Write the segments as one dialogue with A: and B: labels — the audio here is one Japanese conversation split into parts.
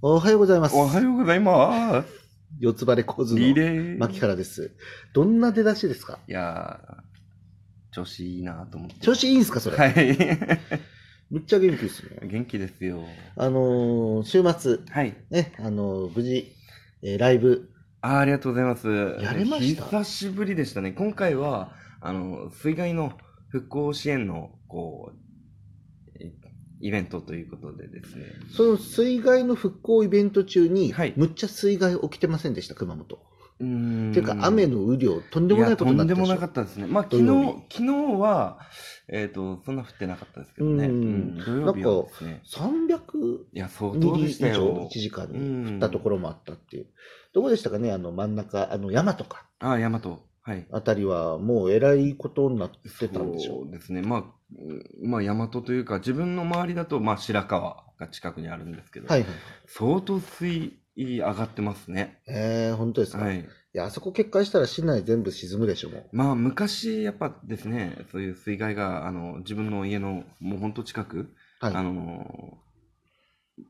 A: おはようございます。
B: おはようございます。
A: 四つ葉で構図
B: リ
A: の
B: レー。
A: 牧原です。どんな出だしですか
B: いやー、調子いいなと思って。
A: 調子いいんですかそれ。
B: はい。
A: むっちゃ元気ですね。
B: 元気ですよ。
A: あのー週末、
B: はい。
A: ね、あのー無事、えーライブ、
B: あーありがとうございます。
A: やれました
B: 久しぶりでしたね。今回は、あの、水害の復興支援の、こう、えイベントということでですね。
A: その水害の復興イベント中に、
B: はい
A: むっちゃ水害起きてませんでした、熊本。
B: うーん
A: っていうか、雨の雨量、とんでもないことになって
B: やとんでもなか
A: っ
B: ったですね。まあ、
A: 土
B: 昨
A: 曜日
B: 日、昨日は、えっ、と、そんな降ってなかったですけどね。
A: う
B: うんん。土曜日はですね。
A: た。300
B: いや、相
A: ミ
B: 当
A: リ
B: で
A: 以
B: した
A: 上、
B: よ
A: 1。時間
B: う
A: に降
B: ん
A: ったところもあったっていう。どこでしたかねあの真ん中、あの山とか
B: ああ、大和。はい。
A: あたりは、もうえらいことになってたんでしょ
B: そうですね。まあ、うんまあ、大和というか、自分の周りだと、まあ、白川が近くにあるんですけど、
A: はいはいはい。
B: 相当水位上がってますね。
A: えー、本当ですか、、
B: はいい。
A: や、あそこ決壊したら市内全部沈むでしょ、もう。
B: まあ、昔、やっぱですね、そういう水害が、あの、自分の家の、もう本当近く、
A: はい。
B: あ
A: は
B: のー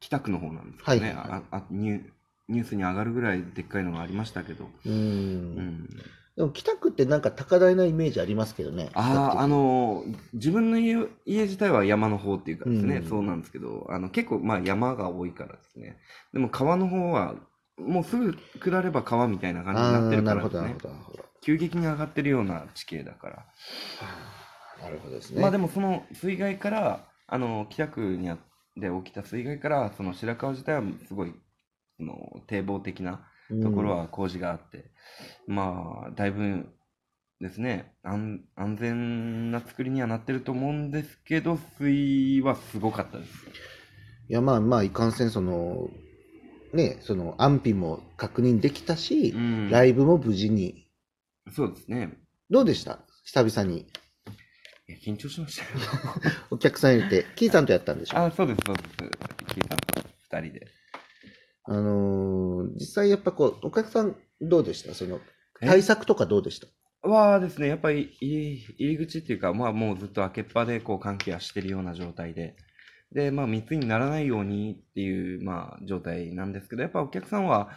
B: 北区の方なんですかね、
A: はいはいはい
B: ああニュニュースに上がるぐらいでっかいのがありましたけど、
A: うー。
B: うんん、
A: でも北区ってなんか高台なイメージありますけどね。
B: あああ
A: の、
B: のー自分の家家自体は山の方っていうかですね、
A: うん
B: そうなんですけどあの結構まあ山が多いからですねでも川の方はもうすぐ下れば川みたいな感じに
A: あ
B: なっ
A: あ
B: て
A: ー、
B: る
A: なるほ
B: からで
A: ど、な
B: す
A: る
B: ね
A: ほど、なるほど。
B: 急激に上がってるような地形だから、
A: なるほどですね。
B: まあでもその水害からあの北区にあで起きた水害からその白川自体はすごいその堤防的な
A: うん
B: ところは工事があって、まあだいぶですね安安全な作りにはなってると思うんですけど水はすごかったです
A: いや、まあまあ、いかんせん、その、ね、その安否も確認できたし、
B: うん
A: ライブも無事に。
B: そうですね
A: どうでした久々に。
B: いや緊張しましたよ
A: お客さん入れて、キーさんとやったんでしょ
B: あそうですそうです聞いた2人で
A: あのー実際やっぱこう、お客さんどうでしたその、
B: え
A: 対策とかどうでした
B: はですね、やっぱり入り入り口っていうか、まあもうずっと開けっぱでこう換気はしてるような状態で、で、まあ密にならないようにっていう、まあ状態なんですけど、やっぱお客さんは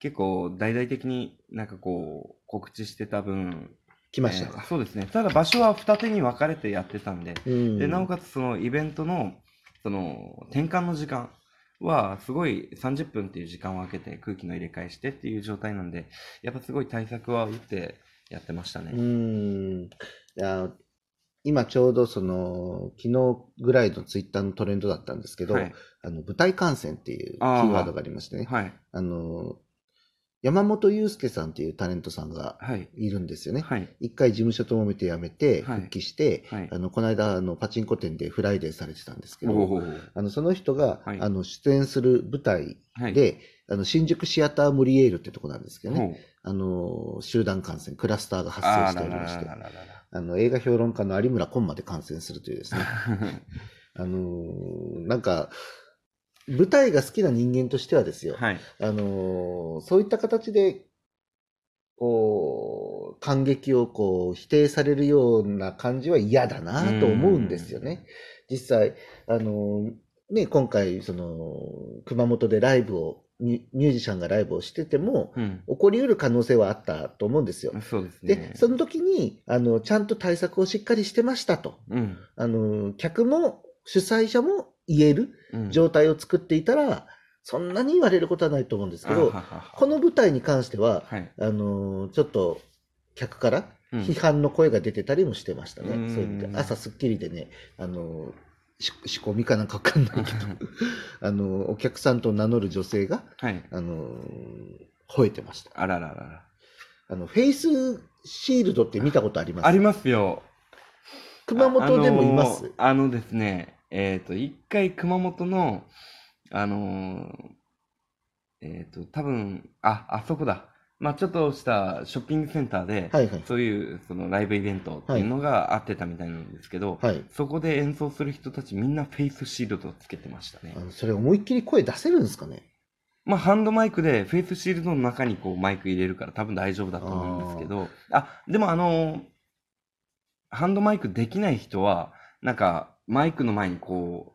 B: 結構大々的になんかこう告知してた分、
A: 来ました
B: え
A: か、
B: ーそうですね。ただ場所は二手に分かれてやってたんで、
A: うん
B: で、なおかつそのイベントの、その転換の時間は、すごい30分っていう時間を空けて空気の入れ替えしてっていう状態なんで、やっぱすごい対策は打ってやってました
A: う
B: ね。
A: ん。いや、今ちょうどその、昨日ぐらいのツイッターのトレンドだったんですけど、
B: はい。
A: あの、舞台感染っていうキ
B: あー
A: ーワードがありましてね、
B: はい。
A: あの、山本祐介さんっていうタレントさんが
B: はい。
A: いるんですよね。
B: はい。
A: 一回事務所ともめて辞めて、
B: はい
A: 復帰して、
B: はい
A: あの、この間、あの、パチンコ店でフライデーされてたんですけ
B: お
A: ど、
B: おー。
A: あの、その人が、
B: はい
A: あの、出演する舞台
B: はい。
A: で、あの、新宿シアタームリエールってとこなんですけどね、
B: ほう、
A: あの、集団感染、クラスターが発
B: あ
A: 生
B: あ
A: してお
B: ら
A: り
B: ら
A: ま
B: ら
A: して、
B: らら
A: あ
B: ら
A: の、映画評論家の有村コンマで感染するというですね、あのーなんか、舞台が好きな人間としてはですよ、
B: はい。
A: あのーそういった形で、こう、感激をこう、否定されるような感じは嫌だなと思うんですよね。実際、あのーね、今回、その、熊本でライブを、ミュミュージシャンがライブをしてても、
B: うん。
A: 起こり得る可能性はあったと思うんですよ。
B: そうですね。
A: で、その時に、あの、ちゃんと対策をしっかりしてましたと。
B: うん。
A: あの、客も主催者も言える
B: うん。
A: 状態を作っていたら、そんなに言われることはないと思うんですけ
B: あ
A: ど
B: は、はは
A: この舞台に関しては、
B: はい。
A: あの、ちょっと、客から
B: うん
A: 批判の声が出てたりもしてましたね。
B: うん
A: そういう意味で。朝、スッキリでね、あの、し仕込みかなんかわかんないけど、あの、お客さんと名乗る女性が、
B: はい。
A: あの、吠えてました。
B: あらららら。
A: あの、フェイスシールドって見たことあります
B: ありますよ。
A: 熊本でもいます。
B: ああのーあのですね、えっ、と、一回熊本の、あのーえっ、と、多分、あ、あそこだ。まあちょっとしたショッピングセンターで、
A: はいはい。
B: そういうそのライブイベントっていうのがあってたみたいなんですけど、
A: はい。
B: そこで演奏する人たちみんなフェイスシールドをつけてましたね
A: あ。のそれ思いっきり声出せるんですかね
B: まあハンドマイクでフェイスシールドの中にこうマイク入れるから多分大丈夫だと思うんですけど、あ、でもあのーハンドマイクできない人は、なんかマイクの前にこう、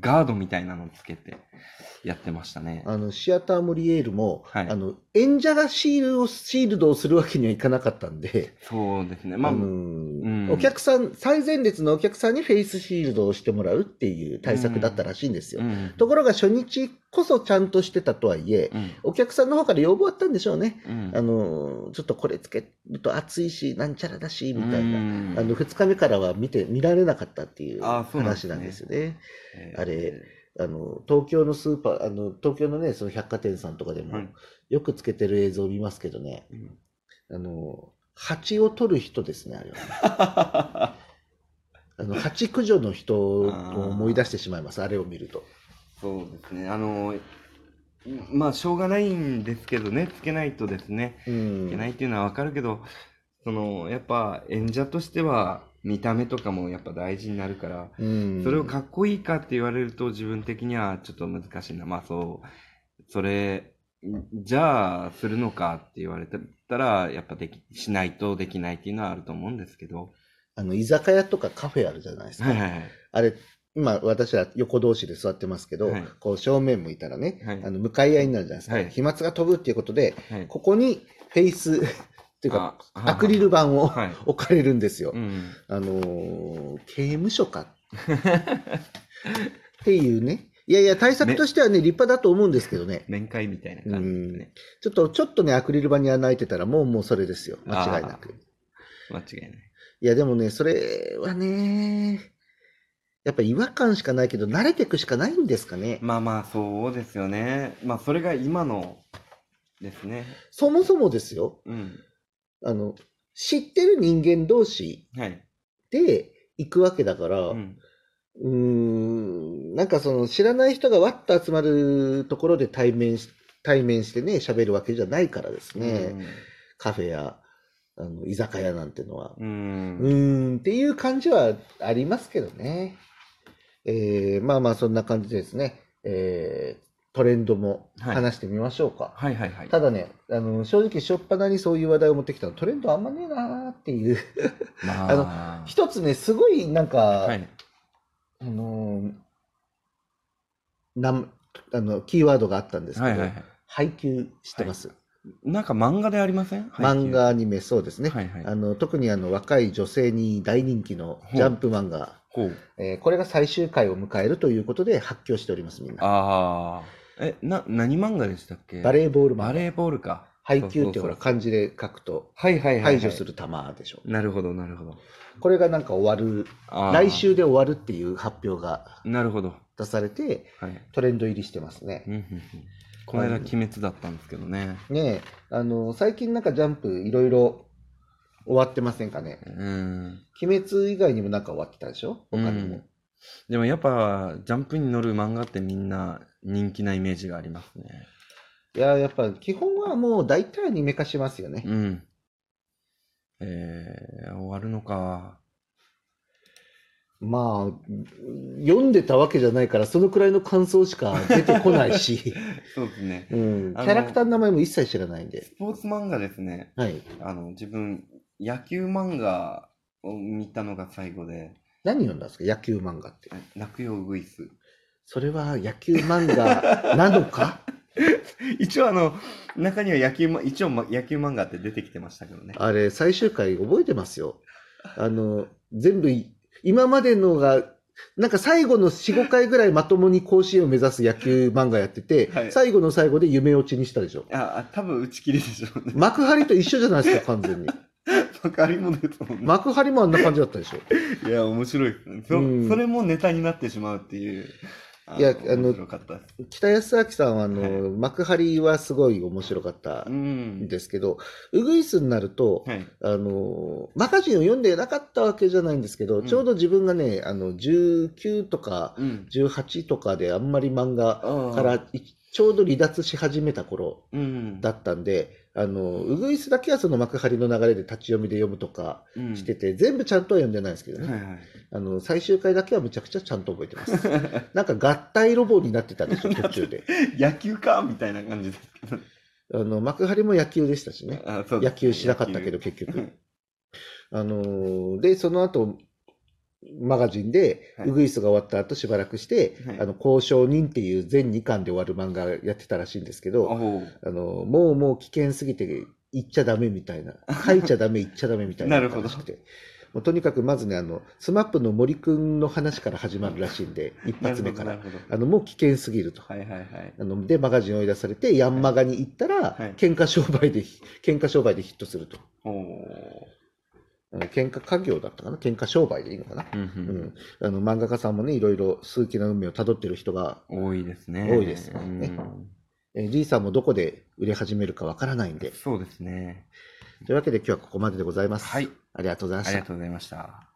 B: ガードみたいなのつけてやってましたね。
A: あの、シアターモリエールも、
B: はい
A: あの、演者がシールを、シールドをするわけにはいかなかったんで、
B: そうですね。まあ、
A: あの
B: うん
A: ーお客さん、最前列のお客さんにフェイスシールドをしてもらうっていう対策だったらしいんですよ。
B: うん
A: ところが初日こそちゃんとしてたとはいえ、
B: うん
A: お客さんの方から要望あったんでしょうね。
B: うん
A: あのーちょっとこれつけると暑いし、なんちゃらだし、みたいな。
B: うん
A: あの、2日目からは見て、見られなかったっていう
B: あそうなんで
A: 話
B: すね
A: なんですよね。
B: えー
A: あれあの、東京のスーパー、あの、東京のね、その百貨店さんとかでも、
B: はい
A: よくつけてる映像を見ますけどね、
B: うん
A: あの、蜂を取る人ですね、あれはね。 あの、蜂駆除の人を思い出してしまいます、あれを見ると。
B: そうですね。あのまあしょうがないんですけどねつけないとですね
A: う。
B: いけなんいっていうのはわかるけどそのやっぱ演者としては見た目とかもやっぱ大事になるから
A: うん
B: それをかっこいいかって言われると自分的にはちょっと難しいな。まあそう、それ、じゃあするのかって言われたら、やっぱでき、しないとできないっていうのはあると思うんですけど。
A: あの、居酒屋とかカフェあるじゃないですか。
B: はいはい
A: あれ、今、私は横同士で座ってますけど、
B: はい
A: こう、正面向いたらね、
B: はい
A: あの、向かい合いになるじゃないですか。
B: はい
A: 飛沫が飛ぶっていうことで、
B: はい。
A: ここにフェイス、 っていうか、
B: あ
A: アクリル板を
B: はい。
A: 置かれるんですよ。
B: うん。
A: あのー刑務所か。っていうね。いやいや、対策としてはね、立派だと思うんですけどね。
B: 面会みたいな感じですね。
A: ちょっと、ちょっとね、アクリル板に穴開いてたら、もう、もうそれですよ。間違いなく。
B: 間違いない。
A: いや、でもね、それはね、やっぱ違和感しかないけど、慣れていくしかないんですかね。
B: まあまあそうですよね。まあそれが今のですね。
A: そもそもですよ。
B: うん。
A: あの、知ってる人間同士
B: はい。
A: で行くわけだから、
B: うん。
A: うーんなんかその知らない人がわっと集まるところで対面し対面してね、喋るわけじゃないからですね、カフェやあの居酒屋なんてのは。
B: うん。
A: う
B: うん。
A: ーんっていう感じはありますけどね。えー、まあまあそんな感じですね、えー、トレンドも
B: はい
A: 話してみましょうか。
B: はいはいはい。
A: ただね、あの正直、しょっぱなにそういう話題を持ってきたの、トレンドあんまねえなーっていう、
B: まあ、
A: 一つね、すごいなんか、
B: はい。
A: あのーなんあのキーワードがあったんですけど、
B: はいはいはい。
A: 配給知ってます、
B: なんか漫画でありません
A: 漫画アニメそうですね、
B: はいはい。
A: あの特にあの若い女性に大人気の
B: ほう
A: ジャンプ漫画、
B: こう。
A: えーこれが最終回を迎えるということで発表しておりますみんな
B: ああ。え、な、何漫画でしたっけ
A: バレーボール
B: バ
A: 漫画
B: レーボールか。
A: 配給ってほら
B: そうそうそう
A: 漢字で書くと
B: はいはいはいはい。
A: 排除する玉でしょ、
B: なるほど、なるほど。
A: これがなんか終わる
B: あー
A: 来。週で終わるっていう発表が
B: なるほど。
A: 出されて
B: はい。
A: トレンド入りしてますね、
B: うんうんうんこの間、鬼滅だったんですけどね。
A: ねえ、あの、最近なんかジャンプいろいろ終わってませんかね。
B: うん。
A: 鬼滅以外にもなんか終わってたでしょ他に
B: う
A: も
B: ん。でもやっぱ、ジャンプに乗る漫画ってみんな人気なイメージがありますね。
A: いや、やっぱ基本はもう大体アニメ化しますよね。
B: うん。えー、終わるのか。
A: まあ、読んでたわけじゃないから、そのくらいの感想しか出てこない し、
B: そうですね。
A: うん、キ
B: あの
A: ャラクターの名前も一切知らないんで
B: ス。ポーツ漫画ですね。
A: はい。
B: あの自分野球漫画を見たのが最後で
A: 何読んだんですか野球漫画って。
B: え「泣くよウグイス
A: それは野球漫画なのか」
B: 一応あの中には野球ま一応ま野球漫画って出てきてましたけどね
A: あれ、最終回覚えてますよ。あの、全部い、今までのが、なんか最後の4、5回ぐらいまともに甲子園を目指す野球漫画やってて、
B: はい
A: 最後の最後で夢落ちにしたでしょ。
B: ああ多分打ち切りでしょうね
A: 幕張と一緒じゃないですか、完全に。
B: 分かりもですもんね
A: 幕張もあんな感じだったでしょ。
B: いや面白いですねそ,、
A: うん
B: それもネタになってしまうっていうあ
A: いやあの
B: 面白かったです
A: 北安明さんは、あの、
B: はい
A: 幕張はすごい面白かった
B: うんん
A: ですけど、うぐいすになると、
B: はい
A: あの、マガジンを読んでなかったわけじゃないんですけど、
B: うん
A: ちょうど自分がね、あの、19とか
B: うん
A: 18とかであんまり漫画、
B: ああ
A: からいちょうど離脱し始めた頃
B: うん
A: だったんで、あの、うぐいすだけはその幕張の流れで立ち読みで読むとか
B: うん
A: してて、全部ちゃんとは読んでないんですけどね、
B: はいはい
A: あの、最終回だけはむちゃくちゃちゃんと覚えてます。なんか合体ロボになってたんですよ、途中 で。
B: 野球かみたいな感じですけど
A: あの、幕張も野球でしたしね。
B: あそうです
A: 野球しなかったけど、結局。あのーで、その後、マガジンで、
B: はい
A: ウグイスが終わった後しばらくして、
B: はい
A: あの、交渉人っていう全2巻で終わる漫画やってたらしいんですけ
B: お
A: ど、
B: お
A: あの、もうもう危険すぎて行っちゃダメみたい な、書いちゃダメ行っちゃダメみたいな
B: なるほど
A: らしくて。もうとにかくまずね、あの、スマップの森くんの話から始まるらしいんで、一
B: なる
A: 発
B: ほ
A: 目
B: ど
A: から
B: な。るほど
A: あの、もう危険すぎると。
B: はいはいはい
A: あの、で、マガジンを追い出されて、ヤンマガに行ったら、
B: はい
A: 喧嘩商売で、喧嘩商売でヒットすると。
B: おお
A: あの喧嘩家業だったかな喧嘩商売でいいのかな、
B: うん
A: う
B: うん
A: ん、あの漫画家さんもね、いろいろ数奇な運命をたどってる人が、
B: 多いですね。
A: 多いですね
B: うん
A: えー、じいさんもどこで売れ始めるかわからないんで。
B: そうですね。
A: というわけで今日はここまででございます。
B: はい。
A: ありがとうございま
B: あ
A: し
B: り
A: た
B: が。とうございました。